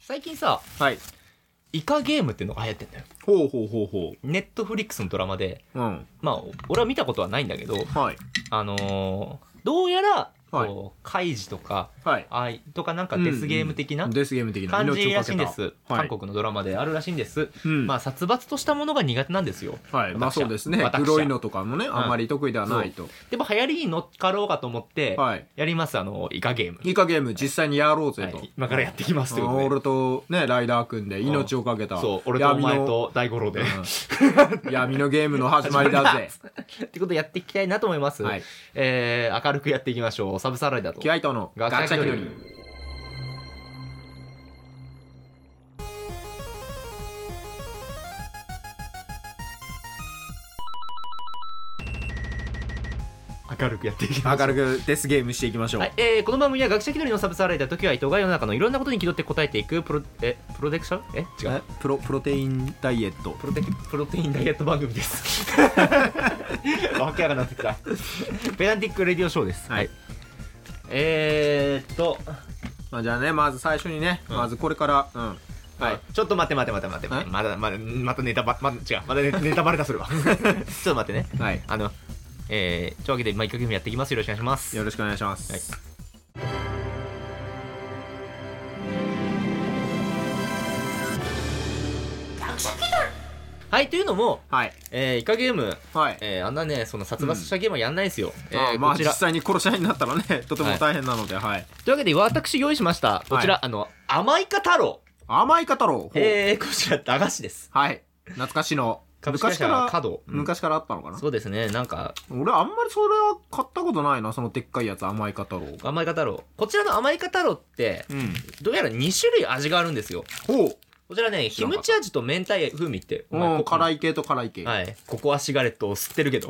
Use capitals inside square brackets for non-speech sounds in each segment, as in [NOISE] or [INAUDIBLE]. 最近さ、はい。イカゲームっていうのが流行ってんだよ。ほうほうほうほネットフリックスのドラマで、う。うん。まあ、俺は見たことはないんだけど、はい。あのーどうやら、はいこう、カイジとか、はい。アイとかなんかデスゲーム的なうんデスゲーム的な感じらしいんで命をすか。けたは韓い国のドラマであるらしいんです。うんまあ、殺伐としたものが苦手なんですよ。はい。まあ私そはうですね。私は黒いのとかもね、あんまり得意ではないと。でも流行りに乗っかろうかと思って、はい。やります、あの、イカゲーム。イカゲーム実際にやろうぜはと。い、今からやってきますということで。俺とね、ライダー組んで命をかけた。そう、俺とお前と大五郎 [LAUGHS] で。闇 [LAUGHS] の。うん闇のゲームの始まりだぜ。ってことでやっていきたいなと思います。はいえー、明るくやっていきましょう。サブサライダーと気。合とのガチャキドリ。明るくやっていきましょう明るくデスゲームしていきましょう。はいえーこの番組は学者気取りのサブサーライダー時は伊藤が世の中のいろんなことに気取って答えていくプロえプロデクションえ違うえプロ、プロテインダイエット。プロテプロテインダイエット番組です [LAUGHS] わけわかんなくなってきたペナンティックレディオショーですはいえー、っと、まあじゃあね、まず最初にね、うんまずこれから、うん。ははいい。、ちょっと待って待って待って待って待ってえまだまだまたネタバまだ違うまだネネタバレだそれ [LAUGHS] はちょっと待ってねはい。あのえー、というわけで毎回ゲームやっていきますよろしくお願いしますよろしくお願いします。はいはいというのもはい。えー、イカゲームはい。えー、あんなね、その殺伐したゲームはやんないですよ。えあーあまあこちら実。際に殺し合いになったらね、 [LAUGHS] とても大変なので、はい。というわけで、私用意しました。こちら、あの、甘いか太郎。甘い方ろう、えー、こちら、駄菓子です。はい。懐かしの。株式会社昔かカら、ド。うん昔からあったのかなそうですね、なんか、俺あんまりそれは買ったことないな、そのでっかいやつ、甘い方ろう。甘いか太郎。こちらの甘いか太郎って、うん。どうやら2種類味があるんですよ。ほう。こちらね、キムチ味と明太風味って。おうん、こ辛い系と辛い系。はい。ここはシガレットを吸ってるけ [LAUGHS] ど。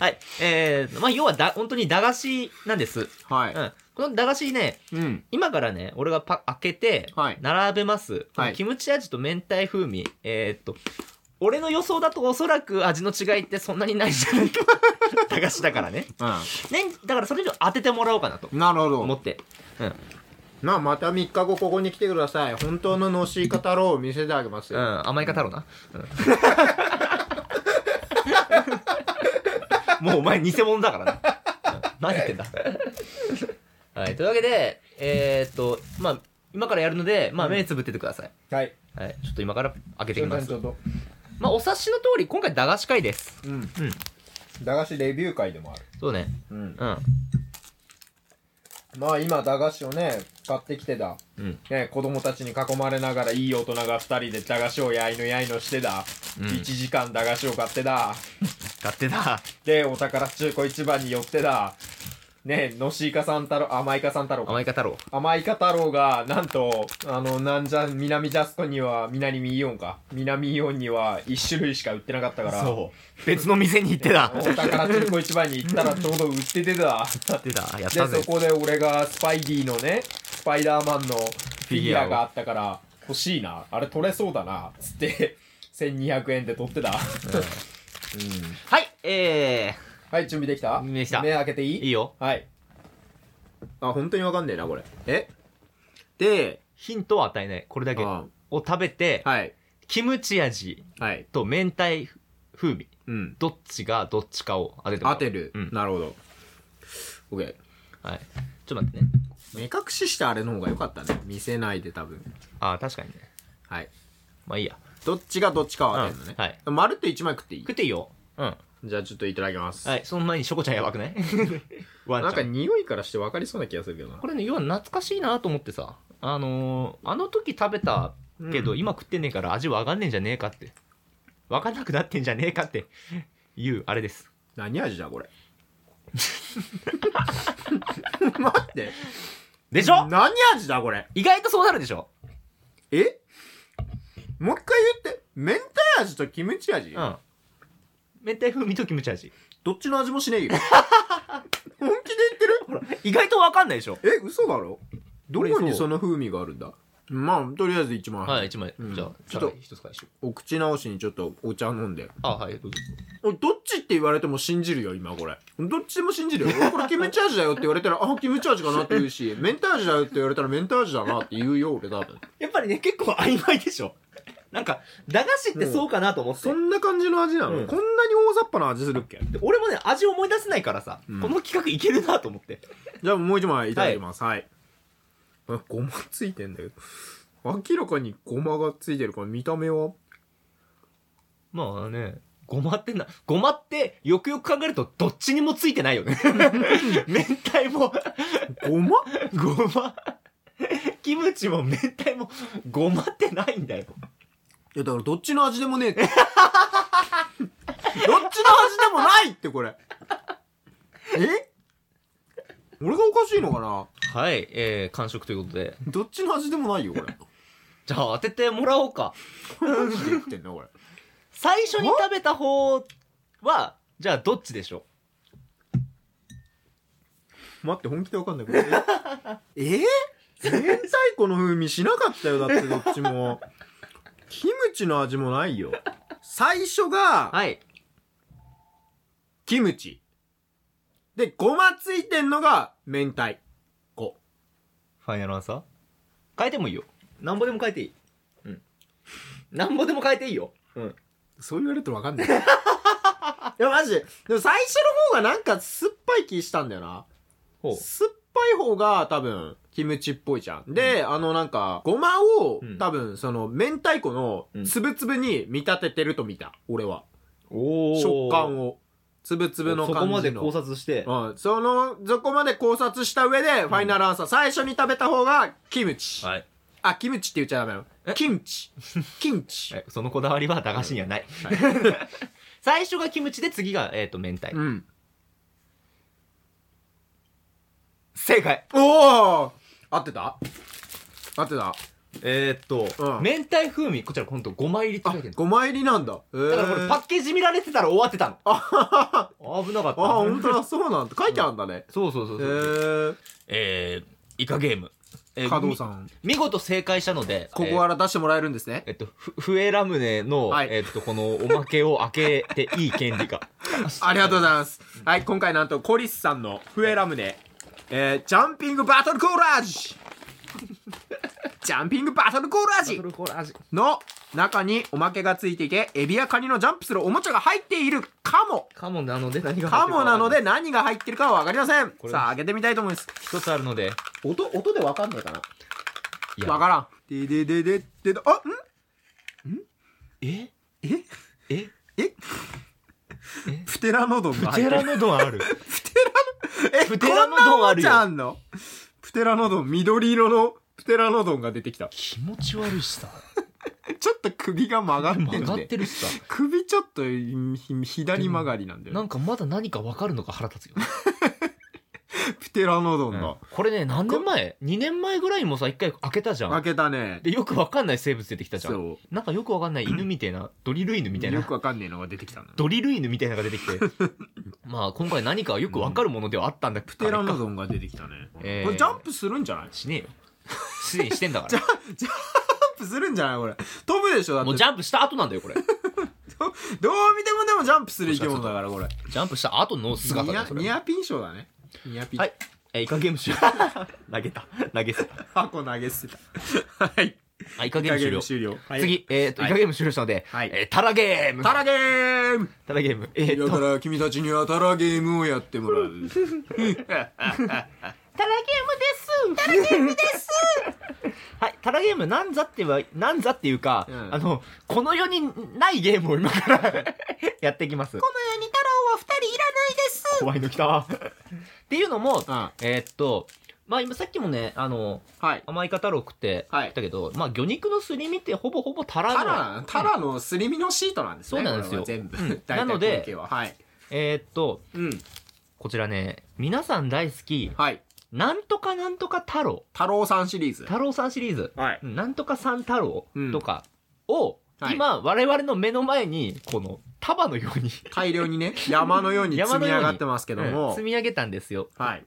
はい。えー、まあ、要はだ、本当に駄菓子なんです。はい。うん。この駄菓子ね、うん。今からね、俺がパ開けてはい、並べます。はいキムチ味と明太風味。えーっと、俺の予想だとおそらく味の違いってそんなにないんじゃない [LAUGHS] か。駄菓子だからね。ね、だからそれ以上当ててもらおうかなとうん。なるほ思ど。って。うん。まあ、また3日後ここに来てください。本当ののしい方ろうを見せてあげますうよ。ん、甘い方ろうな。うんもうお前偽物だからな。うん何言ってんだ。はい、というわけで、えーっと、まあ、今からやるので、まあ、目つぶっててください。はい。はい、ちょっと今から開けていきますち。ょっと。まあ、お察しの通り、今回駄菓子会です。うん。うん。駄菓子レビュー会でもある。そうね。うん。うん。まあ今、駄菓子をね、買ってきてた。うん。ね、子供たちに囲まれながらいい大人が二人で駄菓子をやいのやいのしてだ、うん1時間駄菓子を買ってだ勝手だ。でお宝中古市場に寄ってだねのしいかさん太郎甘いかさん太郎か甘い方ろ甘いか太郎がなんとあのなんじゃ南ジャスコには南イオンか南イオンには1種類しか売ってなかったからう。別の店に行って [LAUGHS] た。お宝中古市場に行ったらちょうど売っててだやってた。やっでたそぜ。こで俺がスパイディのねスパイダーマンのフィギュアがあったから欲しいなあれ取れそうだなつって1200円で取ってた、うん、はい、え [LAUGHS] はい準備できた準備できた目開けていー、いいいよ。はいあ本当にわかんねえなこれえでヒントは与えない。これだけ。をあ食べて、はいキムチ味はいと明太風味。うんどっちがどっちかを当ててもら当う。てる、うんなるほど OK はい。ちょっと待ってね。目隠ししてあれの方が良かったね見せないで多分ああ、確かにね。はいまあいいや。どっちがどっちかを当てるのね、うんはいまるっと1枚食っていい食っていいよ。うん。じゃあちょっといただきますはい、その前にショコちゃんやばくない [LAUGHS] ワンちゃん。なんか匂いからして分かりそうな気がするけどなこ。れね要は懐かしいなと思ってさあのーあの時食べたけど、うん今食ってねえから味わかんねえんじゃねえかってわかんなくなってんじゃねえかって [LAUGHS] いうあれです何味だこれ。 [LAUGHS] 待って。でしょ何味だこれ。意外とそうなるでしょえもう一回言って。明太味とキムチ味、うん明太風味とキムチ味どっちの味もし [LAUGHS] ねえよ。本気で言ってる意外とわかんないでしょえ、嘘だろど俺こにそうその風味があるんだまあとりあえず1枚、はい、一枚。うんじゃあ、ちょっとはい一つ返しよう。お口直しにちょっとお茶飲んであ、はい、どうぞ。おいどっちって言われても信じるよ今これどっちでも信じるよ俺これキムチ味だよって言われたらあキムチ味かなって言うしメンタ味だよって言われたらメンタ味だなって言うよ俺多分やっぱりね、結構曖昧でしょ。なんか、駄菓子ってそうかなと思って。そんな感じの味なの、うんこんなに大雑把な味するっけで俺もね、味思い出せないからさ、うんこの企画いけるなと思って。じゃあもう一枚いただきますはい、あごまついてんだよ明らかにごまがついてるから見た目はまあね、ごまってな、ごまって、よくよく考えると、どっちにもついてない [LAUGHS] よね。明太も、ごまごま。キムチも明太も、ごまってないんだよ。いやだからどっちの味でもねえってどっちの味でもないってこれえ俺がおかしいのかなはい、えー、完食ということで。どっちの味でもないよこ [LAUGHS] れじゃあ当ててもらおうか。マジで言ってんだこれ最初に食べた方は、じゃあどっちでしょ待って本気でわかんないこれえ [LAUGHS] え明太子の風味しなかったよだってどっちもキムチの味もないよ最初うがはい。キムチでごまついてんのが明太子ファイナルアンサー変えてもいいよ。なんぼでも変えていい。うん。なんぼでも変えていいよ。うん。そう言われるとわかん [LAUGHS] ない。いや、マジで。でも最初の方がなんか酸っぱい気したんだよな。ほ酸っぱい方が多分、キムチっぽいじゃん。で、あのなんか、ごまを、うん多分、その、明太子のうん、つぶつぶに見立ててると見た。俺は。お食感を。を。つぶつぶのそ感じの。こまで考察して。うん。その、そこまで考察した上で、ファイナルアンサー。最初に食べた方が、キムチ。はい。あ、キムチって言っちゃダメなえの。キ [LAUGHS] ムチ。キムチ。はいそのこだわりは駄菓子にはない。 [LAUGHS] 最初がキムチで次が、えっ、と、明太。うん。正解。おお合ってた合ってたえっ、と、うん明太風味、こちらほんと5枚入りって書いてる5枚入りなんだ。えー、だからこれパッケージ見られてたら終わってたの。危なかっあ、本た。当だ、そうなんだ。書いてあるんだね。そうそうそうえそう。ー、えー、イカゲーム。えー加藤さん、み見事正解したので、ここから出してもらえるんですね。えーえっと、ふ、笛ラムネの、はいえっと、このおまけを開けていい権利が。 [LAUGHS] ありがとうございます。はい、今回なんと、コリスさんの笛ラムネ、えー、ジャンピングバトルコーラージジャンピングバトルコーラージの中におまけがついていて、エビやカニのジャンプするおもちゃが入っているかも。カモなので何が入っかてるもなので何が入ってるかはわかりませんこ。れさあ、開けてみたいと思います。一つあるので。音、音でわかんないかないやわからん。でででででで、あ、んえええプテラノドンがプ入っテてるラノドンある。え、プテプテララノノドドンンああるるよよ。あんのプテラノドン、緑色のプテラノドンが出てきた。気持ち悪いしさ。ちょっと首が曲がって曲がっるてね。るしさ。首ちょっとひ左曲がりなんだよなね。んかまだ何か分かるのが腹立つよ。プテラノドンうんの。これね、何年前 ?2 年前ぐらいにもさ、一回開けたじゃ開ん。けたね。で、よく分かんない生物出てきたじゃん。そう。なんかよく分かんない犬みたいな、ドリル犬みたいよなく、わかんねえのが出てきたの。ドリル犬みたいなのが出てき [LAUGHS] て。まあ、今回何かよく分かるものではあったんだけプテラノン。ドンが出てきたね。えーこれジャンプするんじゃないジしねえよ。すでにしてん [LAUGHS] だから。ャンプするんじゃないこれ。飛ぶでしょだってもうジャンプした後なんだよ、これ。どう見てもでもジャンプする生き物だからこれジャンプした後の姿ニだよアそれニアピン賞だねニアピン、はい。え、イカゲーム [LAUGHS] 終了。投げた。投げせた。箱投げ捨てたはいあ、イカゲーム終了。終了、はい、次、えっと、イはいカゲーム終了したので、はいえータラゲームタラゲームタラゲーム。えーっだとか、ら君たちにはタラゲームをやってもらうタラゲームですタラゲームですはい、タラゲームなんざっては、なんざっていうか、うんあの、この世にないゲームを今から [LAUGHS] やっていきます。この世にタラオは二人いらないです怖いの来た。っていうのも、 [LAUGHS] あえーっと、まあ今さっきもね、あの、はい甘い方ろくってはい言ったけど、まあ魚肉のすり身ってほぼほぼタラのタラタラのすり身のシートなんですねそうなんですよこれは全部、うん [LAUGHS] 大体なので統計ははいえーっと、うんこちらね、皆さん大好き、はいなんとかなんとか太郎、太郎さんシリーズ太郎さんシリーズ、はいなんとかさん太郎うんとかを、はい今、我々の目の前に、この束のように大量にね山のように積み上がってますけども、積み上げたんですよ。はい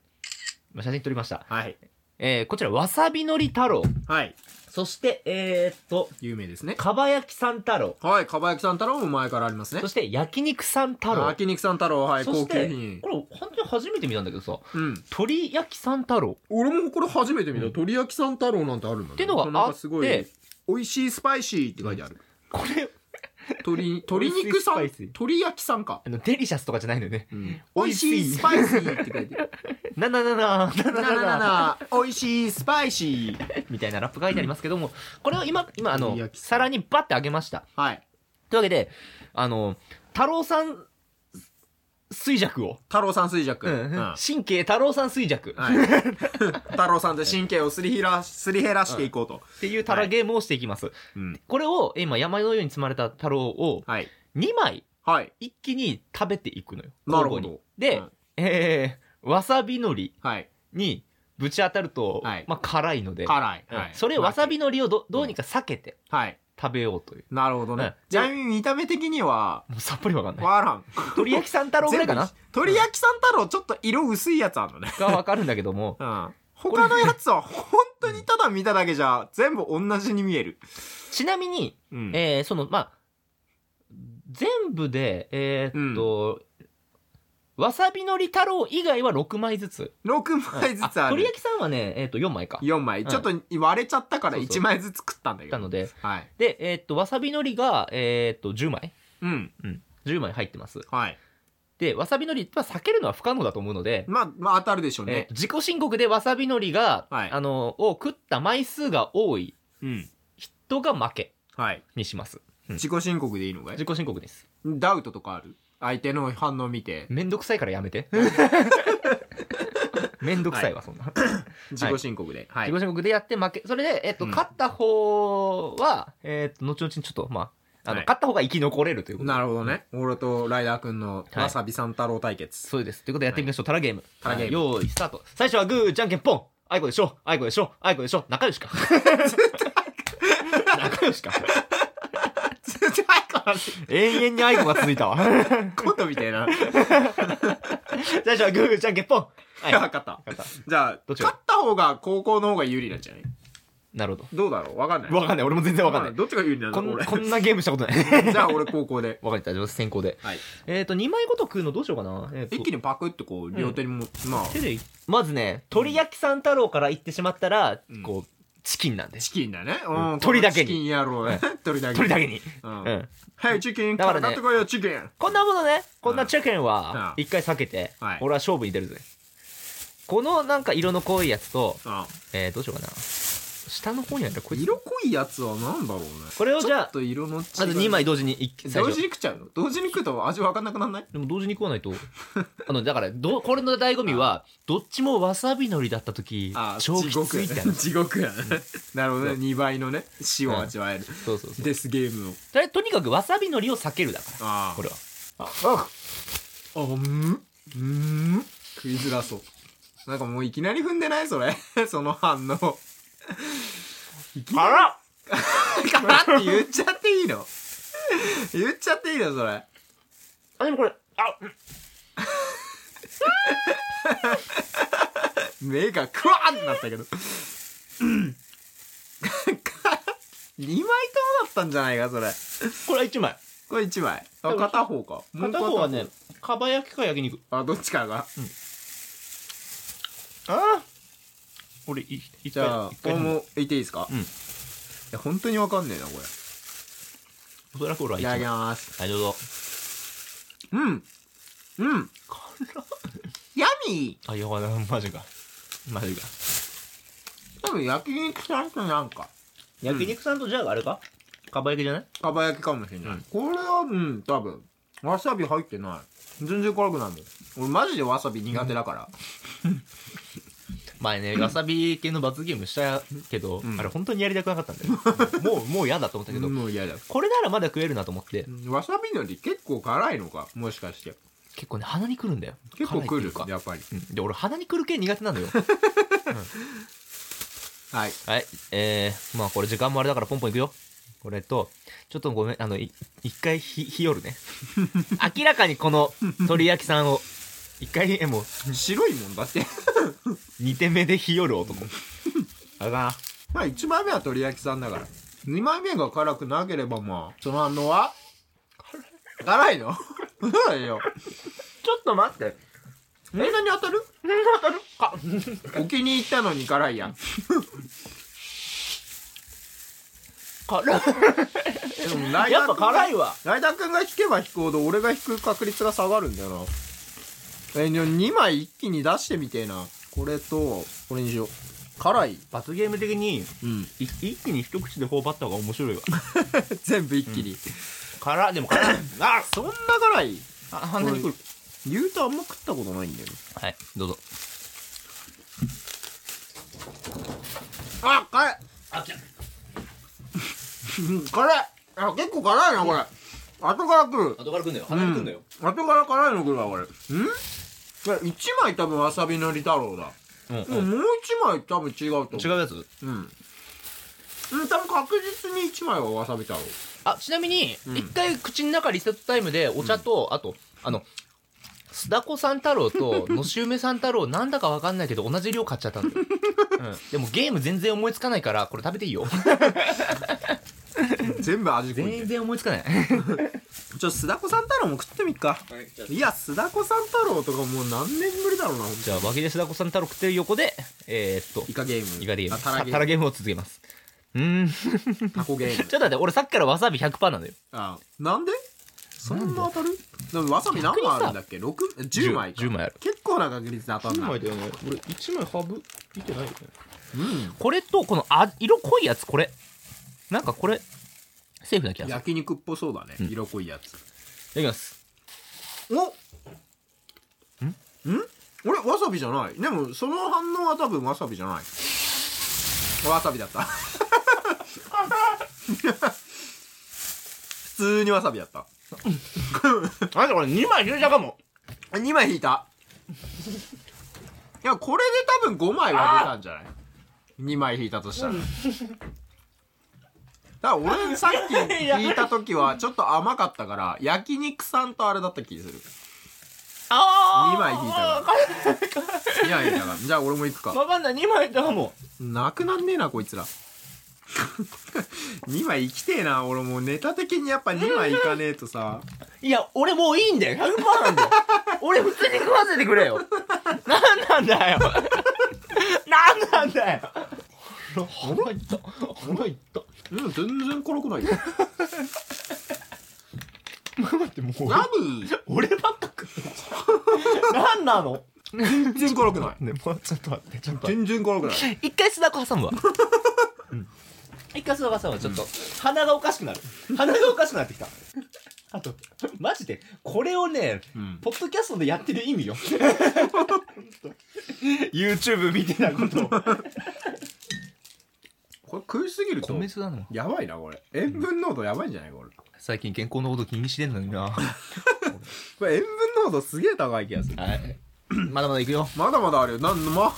まあ写真撮りました。はいえー、こちら、わさびのり太郎、はいそして、えー、っと、有名ですね。かば焼きさん太郎。はい、かば焼きさん太郎も前からありますねそ。して、焼肉さん太郎。焼肉さん太郎、はい、そ高し級て品、。これ、本当に初めて見たんだけどさ、うん。鳥焼きさん太郎。俺もこれ初めて見た。うん鳥焼きさん太郎なんてあるんだね。ってのがあってなんかすごい、美味しいスパイシーって書いてある。これ、鶏、鶏肉さ美ん味しいスパイシー、鳥焼きさんか。あの、デリシャスとかじゃないのよね。美味しいスパイシーって書いてある。なななななななななななな、美味しいスパイシー。みたいなラップ書いてありますけども、これを今、今、あの鳥、焼きさん皿にバッてあげました。はい。というわけで、あの、太郎さん、衰弱を。太郎さん衰弱。うん神経太郎さん衰弱。はい太郎さんで神経をすりひら、すり減らしていこうと。っていうタラゲームをしていきます。うんこれを、今、山のように積まれた太郎を、はい。 2枚、はい。一気に食べていくのよ。なるほど交互にで、うんえー、わさびのりはい。にぶち当たると、はいまあ、辛いので、辛い。うんはい。それわさびのりをどどうにか避けてはい。食べようという。なるほどうんね。ちなみに見た目的には、もうさっぱりわかんない。わらん。鳥焼きさん太郎ぐらいかな全部一緒鳥焼きさん太郎ちょっと色薄いやつあるのね。がわかるんだけども、うん。他のやつは本当にただ見ただけじゃ全部同じに見える。ちなみに、うんえー、その、まあ、全部で、えーっと、わさびのり太郎以外は6枚ずつ。 6枚ずつあ鳥る。焼きさんはね、えーっと、4枚か。 4枚。うんちょっと割れちゃったからそうそう1枚ずつ食ったんだけなど。ので、はい。で、えーっと、わさびのりが、えーっと、10枚うん。うん。10枚入ってます。はい。で、わさびのりは避けるのは不可能だと思うので、まあ、まあ当たるでしょうえねー。自己申告でわさびのりが、はいあの、を食った枚数が多いうん。人が負けはい。にします。うん自己申告でいいのかい自己申告です。ダウトとかある相手の反応見て。めんどくさいからやめ [LAUGHS] て。めんどくさいわ、そんな。自己申告 [LAUGHS] で。はい自。己申告でやって負け、それで、えっと、うん勝った方は、えっと、後々にちょっと、まあ、あの、はい勝った方が生き残れるということでなるほどね。俺とライダーくんのわさびさん太郎対決。 [LAUGHS] そうです。ということでやってみましょう。タラゲーム。タラゲームはい用意、スタート。最初はグー、じゃんけん、ポン。あいこでしょ、あいこでしょ、あいこでしょ、仲良し [LAUGHS] か。仲良しか。絶対からね永遠にあいこが続いた [LAUGHS] わ。コントみたいな。最初はグー、じゃんけん、ポン。はわい。かった。勝った [LAUGHS] じゃあ、どっちが勝った方が高校の方が有利なんじゃないなるほどうだろうわかんない。ど。わかんない。俺も全然わかんなうい。どっちが有利なこのん俺。こんなゲームしたこと [LAUGHS] ない。 [LAUGHS] じゃあ俺高校で。わかった。じゃあ先行で。はい。えっと、2枚ごと食うのどうしようかな。えーと一気にパクってこう、両手にも、まあ、手でいまずね、鳥焼きさん太郎から言ってしまったら、うんこう、チキンなんで。チキンだね。うんうん鳥だけにチキン野郎うん。 [LAUGHS] 鳥だけ鳥だけに。う。うんん。はい、チキン。だからね買ってこいよ、チキン。こんなものね、こんなチェケンは、うん一回避けてはい、俺は勝負に出るぜ。このなんか色の濃いやつと、あえー、どうしようかな。下の方にあったらこいつ。色濃いやつはなんだろうね。これをじゃちょあっ、と色の違いまず2枚同時に一、最同時初。に食っちゃうの同時に食うと味わかんなくなんないでも同時に食わない [LAUGHS] と。あの、だから、ど、これの醍醐味は、どっちもわさびのりだった時あ、超きついってやつ地獄やね。なるほどね。2倍のね、死を味わえる。そうそう [LAUGHS] そう。デスゲームを。とりあえずとにかくわさびのりを避けるだかあら、これは。あ、あ、あ、うん、うん、食いづらそう。なんかもういきなり踏んでないそれ。 [LAUGHS] その反応。いきならりからって言っちゃっていいの言っちゃっていいのそれ。あ、でもこれ、あ、目がクワーってなったけど。うん。2枚ともだったんじゃないか、それ。これは1枚。これ1枚。あ、片方か。もう片方はね、かば焼きか焼肉。あ、どっちかが。ああ俺、い、一回、じゃあ、一こ回れでも、もいっていいですかうんいや、本当にわかんねえな、これ。おそらく俺はい一ただき枚。ます。はい、どうぞ。うん。うん。ヤミあ、よかな、マジか。マジか。ー多分焼肉さんとなんか、焼肉さんとじゃあ、あれかかば焼きじゃないかば焼きかもしれない。うんこれは、うん、多分。わさび入ってない。全然辛くないもん。俺マジでわさび苦手だから。前ね、わさび系の罰ゲームしたけど、うんあれ本当にやりたくなかったん [LAUGHS] だよ。もう、もう嫌だと思ったけど、もう嫌だ。これならまだ食えるなと思ってう、んわさびのり結構辛いのかもしかして。結構ね、鼻にくるんだよ。結辛構来いっているうか。やっぱり。うんで、俺鼻にくる系苦手なのよ。はい。はい、えー、まあこれ時間もあれだからポンポンいくよ。これと、ちょっとごめん、あの、い一回ひ、ひよる [LAUGHS] ね。明らかにこの鳥焼きさんを、一回、え、もう、白いもんだって。 [LAUGHS] 二手目でひよる男。あれだな。まあ1枚目は鳥焼きさんだから2枚目が辛くなければまあその反応は辛いのそうだよちょっと待って。そんなに当たるか [LAUGHS] お気に入ったのに辛いやん辛い。でもライダやっーぱ君が辛いわ。ライダー君が引けば引くほど俺が引く確率が下がるんだよなえでも2枚一気に出してみてえなこれとこれにしよう辛い罰ゲーム的に、うんい一気に一口で頬張った方が面白いわ。全部一気に、辛い、でも辛い。あそんな辛いあ、反対に来る。言うとあんま食ったことないんだよねはい、どうぞ。あ辛いうん辛いあ結構辛いなこれ後から来る後から来んだよ。鼻に来んだよ。後から辛いの来るわこれん1枚多分わさびのり太郎だうん。もううんもう1枚多分違うと思う違うやつうん、うん、多分確実に1枚はわさび太郎あ、ちなみに、ん一回口の中リセットタイムで、お茶と、あと、あの、須田子さん太郎 [LAUGHS] とのし梅さん太郎なんだかわかんないけど同じ量買っちゃったんだよ、うん、でもゲーム全然思いつかないからこれ食べていいよ [LAUGHS] 全部味濃い全ね然思いつかないちょ須田子さん太郎も食ってみっかいや須田子さん太郎とかもう何年ぶりだろうなほん [LAUGHS] じゃあ脇で須田子さん太郎食ってる横でえー、っとイカゲームイカゲームあタラゲタラーゲームを続けますうーんちょっムタコゲームと待って俺さっきからわさび100%なんだよあなんでそんな当たるでもわさび何枚あるんだっけ六十枚か10枚ある結構な確率で当たん9ない枚だよね俺1枚ハブいてないよねうんこれとこのあ色濃いやつこれなんかこれセーフな気がするい焼肉っぽそうだねうん色濃いやつただきますおんん俺わさびじゃないでもその反応は多分わさびじゃないわさびだった [LAUGHS] 普通にわさびだったあこれ2枚入れたかも2枚引いたいやこれで多分5枚は出たんじゃない2枚引いたとしたらだから俺さっき引いた時はちょっと甘かったから焼肉さんとあれだった気するあ2枚引いたから2枚引いたからじゃあ俺も行くかわかんない2枚入れたかもなくなんねえなこいつら2枚生きてえな俺もうネタ的にやっぱ2枚いかねえとさいや俺もういいんだよ100%なんだよ俺普通に食わせてくれよなんなんだよなんなんだよ腹いった腹いったうん全然辛くないよ待ってもう何俺ばっか食うなんなの全然辛くないねもうちょっと待ってちょっと待って全然辛くない一回須田子挟むわ、一回須田子挟むわちょっと、鼻がおかしくなる鼻がおかしくなってきたあとマジでこれをね、うんポッドキャストでやってる意味よ [LAUGHS] YouTube 見てたことこれ食いすぎるとだなやばいなこれ塩分濃度やばいんじゃないこれ最近健康のこと気にしてんのになこれ塩分濃度すげえ高い気がするはいまだまだいくよまだまだあるよなんま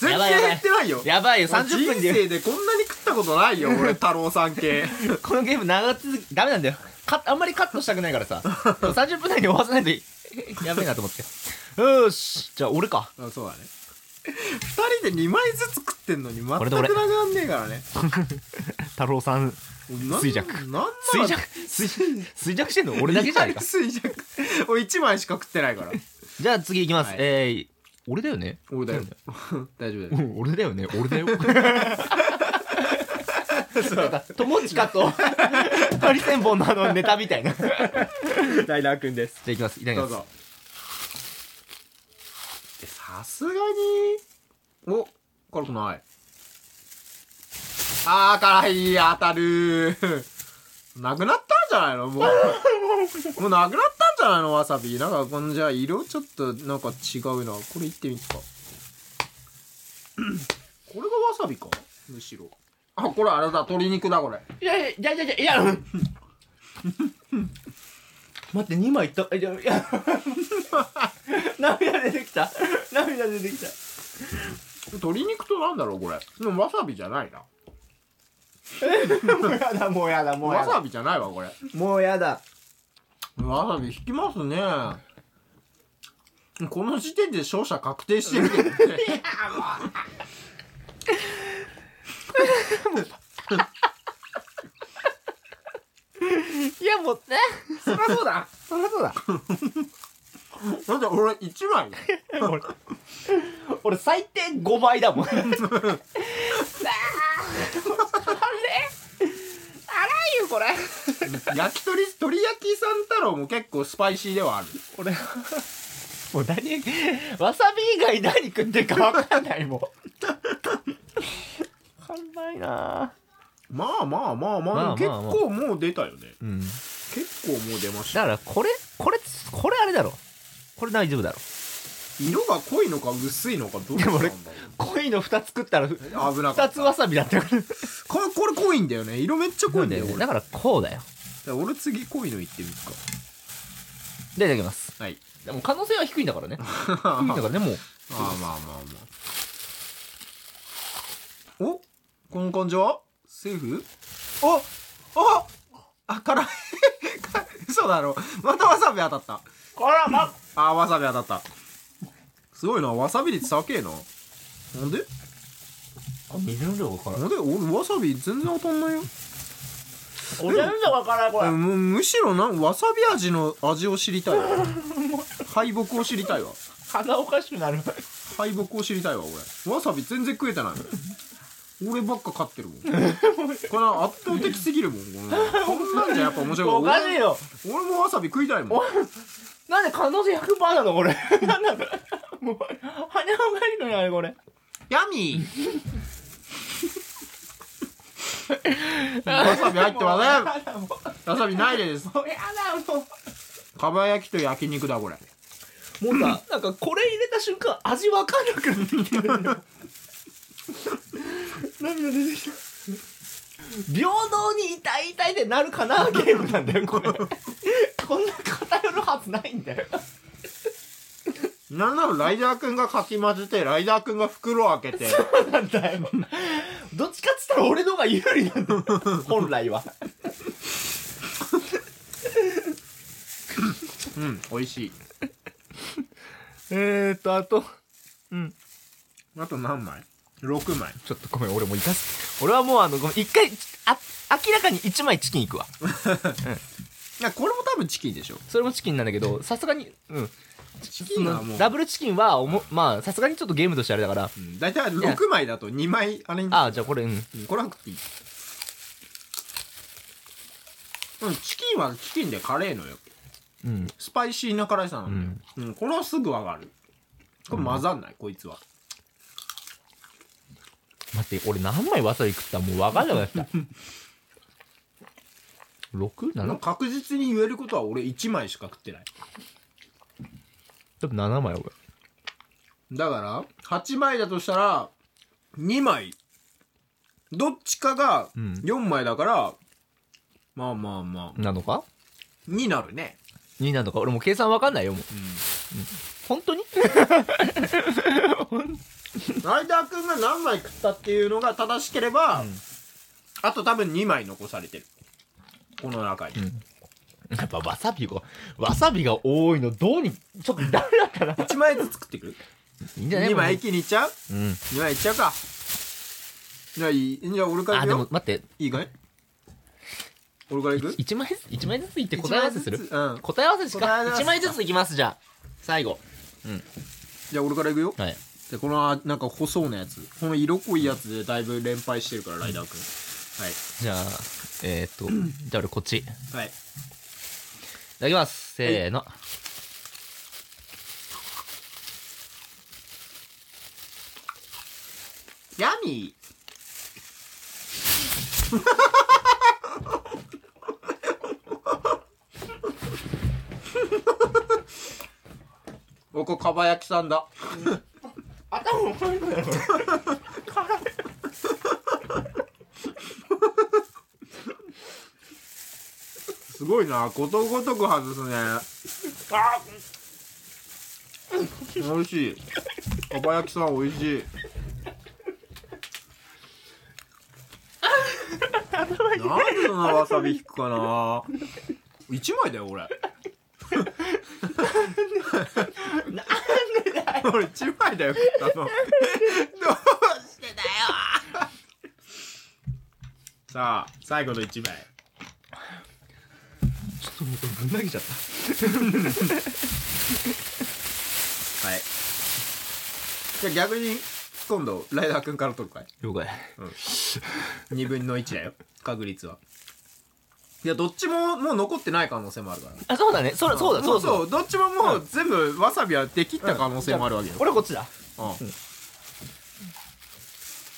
全やばいやば然い減ってないよやばいよもう30分人で生でこんなに食ったことないよ俺太郎さん系このゲーム長続きダメなんだよカあんまりカットしたくないからさ30分内に終わらせないと [LAUGHS] いやべえなと思ってよーしじゃあ俺か [LAUGHS] あそうだね2人で2枚ずつ食ってんのに全く俺なとく俺なんねえからね太郎さんなん衰弱なんなら衰弱衰衰弱してんの俺だけじゃないか衰弱俺1枚しか食ってないからじゃあ次いきます、はいえー、俺だよね俺だよ [LAUGHS] 大丈夫だようん俺だよね俺だ [LAUGHS] よなんか友近 [LAUGHS] とハリセンボンのあのネタみたいなじゃライダーくんですあいきますいただきどまうすぞえさすがにお辛くないあー辛い当たるなくなったんじゃないのも [LAUGHS] うもうなくなったんじゃないのわさびなんかこのじゃあ色ちょっとなんか違うなこれいってみっ [CLEARS THROAT] かうんこれがわさびかむしろあこれあれだ鶏肉だこれいやいやいやいやいやい [LAUGHS] や待って2枚いったいやいや涙出てきた涙出てきた鶏肉となんだろうこれでもわさびじゃないな [LAUGHS] もうやだもうやだもわさびじゃないわこれもうやだわさび引きますねこの [LAUGHS] 時点で勝者確定してるけどねいやもうねそりゃそうだそりゃそうだだって俺1枚だよ俺俺最低5倍だもんあれあらゆこれ焼き鳥鳥焼き三太郎も結構スパイシーではある俺もう何わさび以外何食ってるか分かんないもう分かんないなまあまあままあまあまあ,、あまあ結構もう出たよねうん結構もう出ましただからこれこれこれあれだろこれ大丈夫だろ色が濃いのか薄いのかどうなでんだろもう俺濃いの2つ食ったらふ危なか2ったつわさびだってくるこれこれ濃いんだよね色めっちゃ濃いんだよ俺だからこうだよ俺次濃いのいってみっかでいただきますはいでも可能性は低いんだからねまあ低いんまだあからねもうまあまあおこの感じはセーフおおあ辛い [LAUGHS] 嘘だろまたわさび当たったこれはまっあーわさび当たったすごいなわさび率高えななんで水の量がからなんで俺わさび全然当たんないよお全然わからないこえむむしろなんわさび味の味を知りたいわ敗北を知りたいわ鼻おかしくなる敗北を知りたいわ俺わさび全然食えてないもん俺ばっか勝ってるもんこれ圧倒的すぎるもんこのこんなんじゃやっぱ面白おいかしい俺よ俺もわさび食いたいもんなんで可能性100%なのこれなんだろうもう鼻おかしくなるこれヤミーわさび入ってませんせんもわさびないですうやだもかば焼きと焼肉だこれうもうさなんかこれ入れた瞬間味わかんなくなってきてるんだよ涙出てきた平等に痛い痛いってなるかなゲームなんだよこれこんな偏るはずないんだよなんならライダーくんがかき混ぜてライダーくんが袋を開けてそうなんだよ。 [LAUGHS] どっちかっつったら俺の方が有利なんだよ。本来は。うん美味しい [LAUGHS] えーと、あと、あと何枚 ?6 枚ちょっとごめん、俺もういかす。俺はもうあの、ごめん、一回、あ、明らかに一枚チキンいくわ。いやこれも多分チキンでしょそれもチキンなんだけど、さすがに、うん。そチキンはものうダブルチキンはおも、まあ、さすがにちょっとゲームとしてあれだから、うん大体6枚だと2枚あれにああ、じゃあこれ、うん。うんこれなくていいうんチキンはチキンで辛いのようん。スパイシーな辛さなんだよ、うん、これはすぐわかるこれ混ざんない、こいつは待って、俺何枚わさび食ったもう分かんなくなった。6?7? もう確実に言えることは俺1枚しか食ってない多分7枚俺。だから8枚だとしたら2枚どっちかがうん4枚だから、まあまあまあなのかになるね ?2 なのか俺もう計算分かんないよ、もう。本 [LAUGHS] 当にライダーくんが何枚食ったっていうのが正しければ、うんあと多分2枚残されてるこの中に、やっぱわさびが、わさびが多いの、どうに、ちょっとダメだったな。 1枚ずつ食ってくるいいんじゃない2枚一気にいっちゃううん。 2枚いっちゃうかじゃあいいじゃあ俺からいあ、くでよも待って、いいかい俺からいく1枚ずつ、一枚ずついって答え合わせする一枚ずつうん答え合わせし答え合か、わせ1枚ずついきます、じゃあ。最後。じゃあ俺からいくよはい。でこのあなんか細そうなやつこの色濃いやつでだいぶ連敗してるからライダーくんはいじゃあ、えーっと、じゃあ俺こっち。いはいただきます。せーの。ヤミー僕かば焼きさんだ頭おかしくなるすごいなことごとく外すねあ美味しいかば焼きさん美味しいなんでそんなわさび引くかな一枚だよ俺なんでだよ俺一枚だよ食ったのどうしてだよさあ最後の1枚ちょっともうこれぶん投げちゃった。はいじゃあ逆に今度ライダーくんから取るかい了解。 2分の1だよ確率はいやどっちももう残ってない可能性もあるからあ、そうだね。それ、そうだ、もそうそう。どっちももう全部わさびはできった可能性もあるわけよ、俺こっちだ。うんい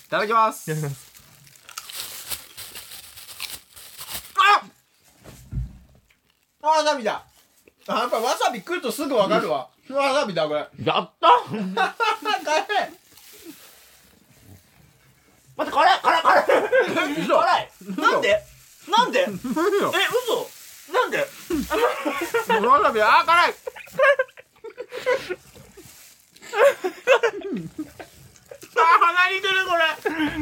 ただきますいただきあわさびだあやっぱわさび食うとすぐわかるわわさびだこれやった待って、辛い辛い辛い [LAUGHS] 嘘辛いなんでなんでえ、無理よ嘘 [LAUGHS] なんでわさびあ辛いあ鼻にく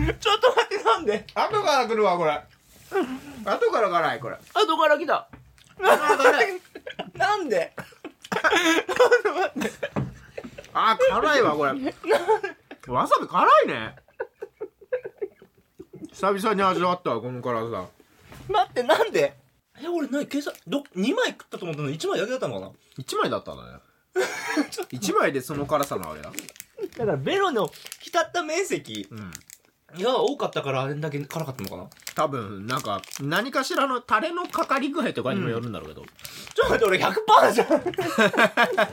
るこれちょっと待って、なんで後から来るわこれ後から辛いこれ後から来た。あ辛いなんであ辛いわこれわさび辛いね久々に味わったわこの辛さ待って、なんでえ、俺、なに、計算、ど、2枚食ったと思ったのに1枚だけだったのかな1枚だったんだね1枚でその辛さなわけだだから、ベロの浸った面積うんが多かったから、あれだけ辛かったのかな多分なんか何かしらのタレのかかり具合とかにもよるんだろうけど、ちょっと待って、俺100%じゃん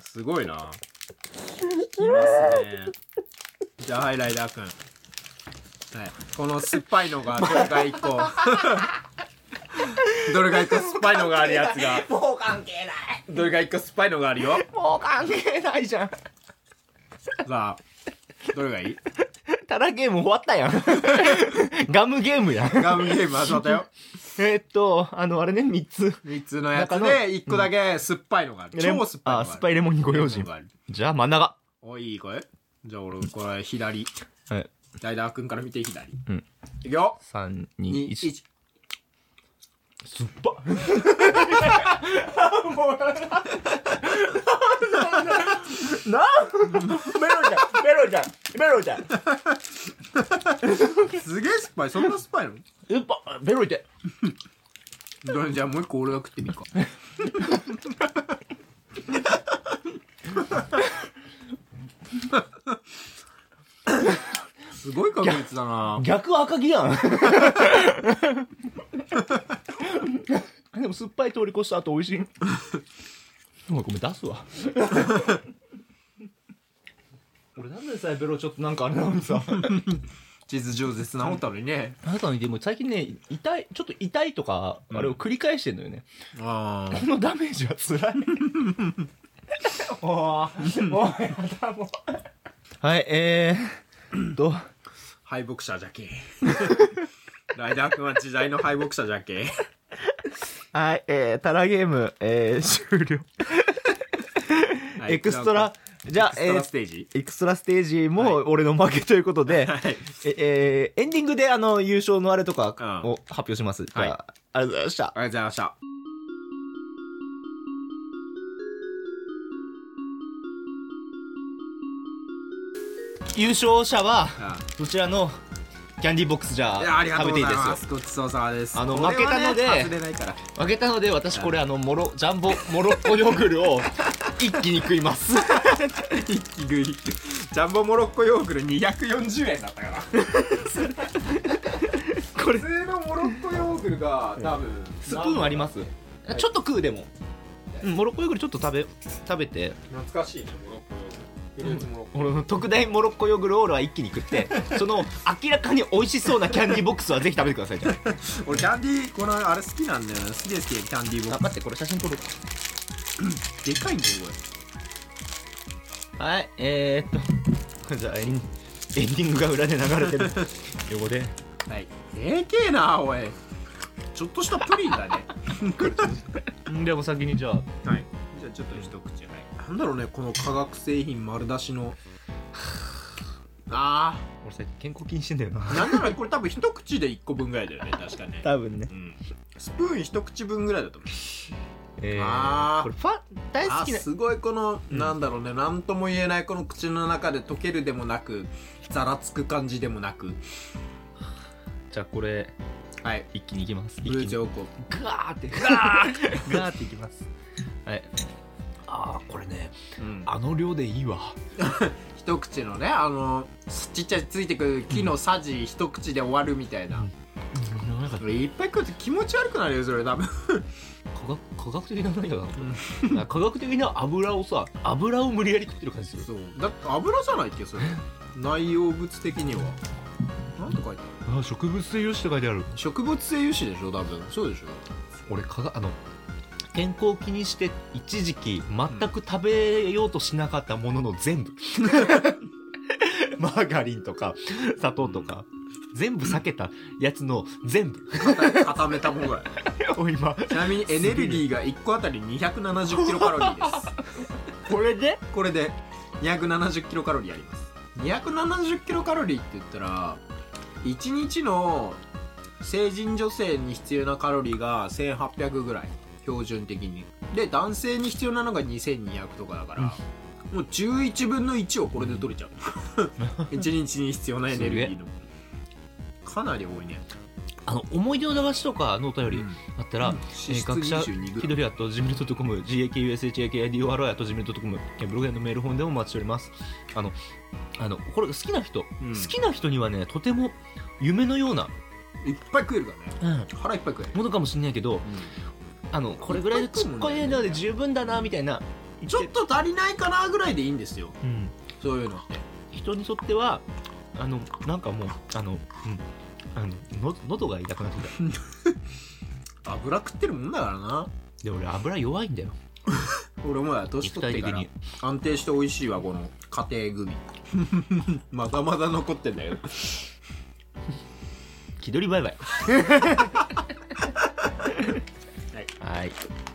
すごいな。いきますね。じゃあ、はい、ライダーくん。はい。この酸っぱいのが、どれが一 [LAUGHS] 個。どれが一個酸っぱいのがあるやつが。もう関係ないどれが一個酸っぱいのがあるよ。もう関係ないじゃんさあ、どれがいいタラゲーム終わった [LAUGHS] やんガムゲームやんガムゲーム始まったよ。えーっとあのあれね3つ3つのやつ中ので、一個だけ酸っぱいのがある。レモン超酸っぱいのがあある。酸っぱいレモンにご用レモン心があるじゃあ真ん中お、いい声。じゃあ、俺、これ、左。はいライダーくんから見て、左。うん。いくよ。2、 321 1。酸っぱなメロちゃんメロちゃんメロちゃんすげえ酸っぱい。そんな酸っぱいの酸っぱベロいてどれじゃあもう一個俺が食っ [LAUGHS] てみるかすごい確率だな逆は赤木やんでも酸っぱい通り越した後美味しいお前ごめん出すわ俺なんでさえベロちょっとなんかあれなのにさ地図上絶なおったのにねあなたのでも最近ね痛いちょっと痛いとかあれを繰り返してんのよね、ああこのダメージはつらいおーおいまたもうはいえー、と敗北者じゃけライダー君は時代の敗北者じゃけはいえー、タラゲーム、えー、終了はいエクストラ、じゃあ、エクえストラスーテージ、エクストラステージも俺の負けということで、はいええーエンディングであの優勝のあれとかうんを発表します。じゃあ、はいありがとうございました。ありがとうございました優勝者は、あどちらのキャンディーボックスじゃいやありがと食うべごてざいいでいすまよ。すごちそうさまですあのこれ負はねけたので外れないから負けたので、私これあの、もろ、ジャンボ、モロッコヨーグルを一気に食い [LAUGHS] ます。一気食いジャンボモロッコヨーグル240円だったか [LAUGHS] らこれ普、通のモロッコヨーグルが多分スプーンありますちょっと食うでも。うん、モロッコヨーグルちょっと食べ、食べて、懐かしいねモロッコヨーグルフルーツモロッコ俺の特大モロッコヨーグルオールは一気に食 [LAUGHS] って、その明らかに美味しそうなキャンディーボックスはぜひ食べてください。俺キャンディーこのあれ好きなんだよね好きですけどキャンディーボあ、ック待って、これ写真撮るか。スでかいんだよこはい、えー、っと、じゃあエン、エンディングが裏で流れて [LAUGHS] る。横で。れはいでけえなおいちょっとしたプリン [LAUGHS] だねでも先にじゃあ、はいじゃあちょっと一口はいなんだろうねこの化学製品丸出し [SIGHS] のあ俺さ、健康気にしてんだよな。ーなんならこれ多分一口で一個分ぐらいだよね確か [LAUGHS] ね多分ねう。んスプーン一口分ぐらいだと思うえあー、ーこれファン、大あ好きな。すごいこの、うんなんだろうね何とも言えないこの口の中で溶けるでもなくざらつく感じでもなくじゃあこれはい一気にいきますブルーチをョコガーって [LAUGHS] ガーってガーっていきますはいあーこれねうんあの量でいいわ一口のねあのちっちゃいついてくる木のさじ一口で終わるみたいな、うんなんかそれいっぱい食うと気持ち悪くなるよそれ多分科学科学的な何かななんか科学的な油をさ油を無理やり食ってる感じするそうだって油じゃないっけそれ内容物的にはなんて書いてああ植物性油脂って書いてあるる植物性油脂でしょ多分そうでしょ俺かがあの健康を気にして一時期全く食べようとしなかったものの全部マーガリンとか砂糖とか全部避けたやつの全部固固めた方がを今ちなみにエネルギーが1個あたり270キロカロリーですこれでこれで270キロカロリーあります270キロカロリーって言ったら1日の成人女性に必要なカロリーが1800ぐらい標準的にで男性に必要なのが2200とかだから、もう11分の1をこれで取れちゃう [LAUGHS] 1日に必要なエネルギーのかなり多いね、あの思い出の駄菓子とかのお便りうんあったら、え脂ー質学者ひど 22g りあとジムルドットコム GAKUSHAKIDORI あとジムルドットコムブログへのメール本でもお待ちしておりますあのあのこれ好きな人、うん好きな人にはねとても夢のようないっぱい食えるからねうん腹いっぱい食える、ものかもしれないけどあのこれぐらいでちっこいので十分だなみたいなちょっと足りないかなぐらいでいいんですようんそういうのって人にとってはあのなんかもうあの、うん、あのの喉が痛くなってきた油食ってるもんだからなで俺油弱いんだよ俺もや年肉取っ体て的からに安定して美味しいわこの家庭組 [LAUGHS] まだまだ残ってんだけど [LAUGHS] 気取りバイバイはいはい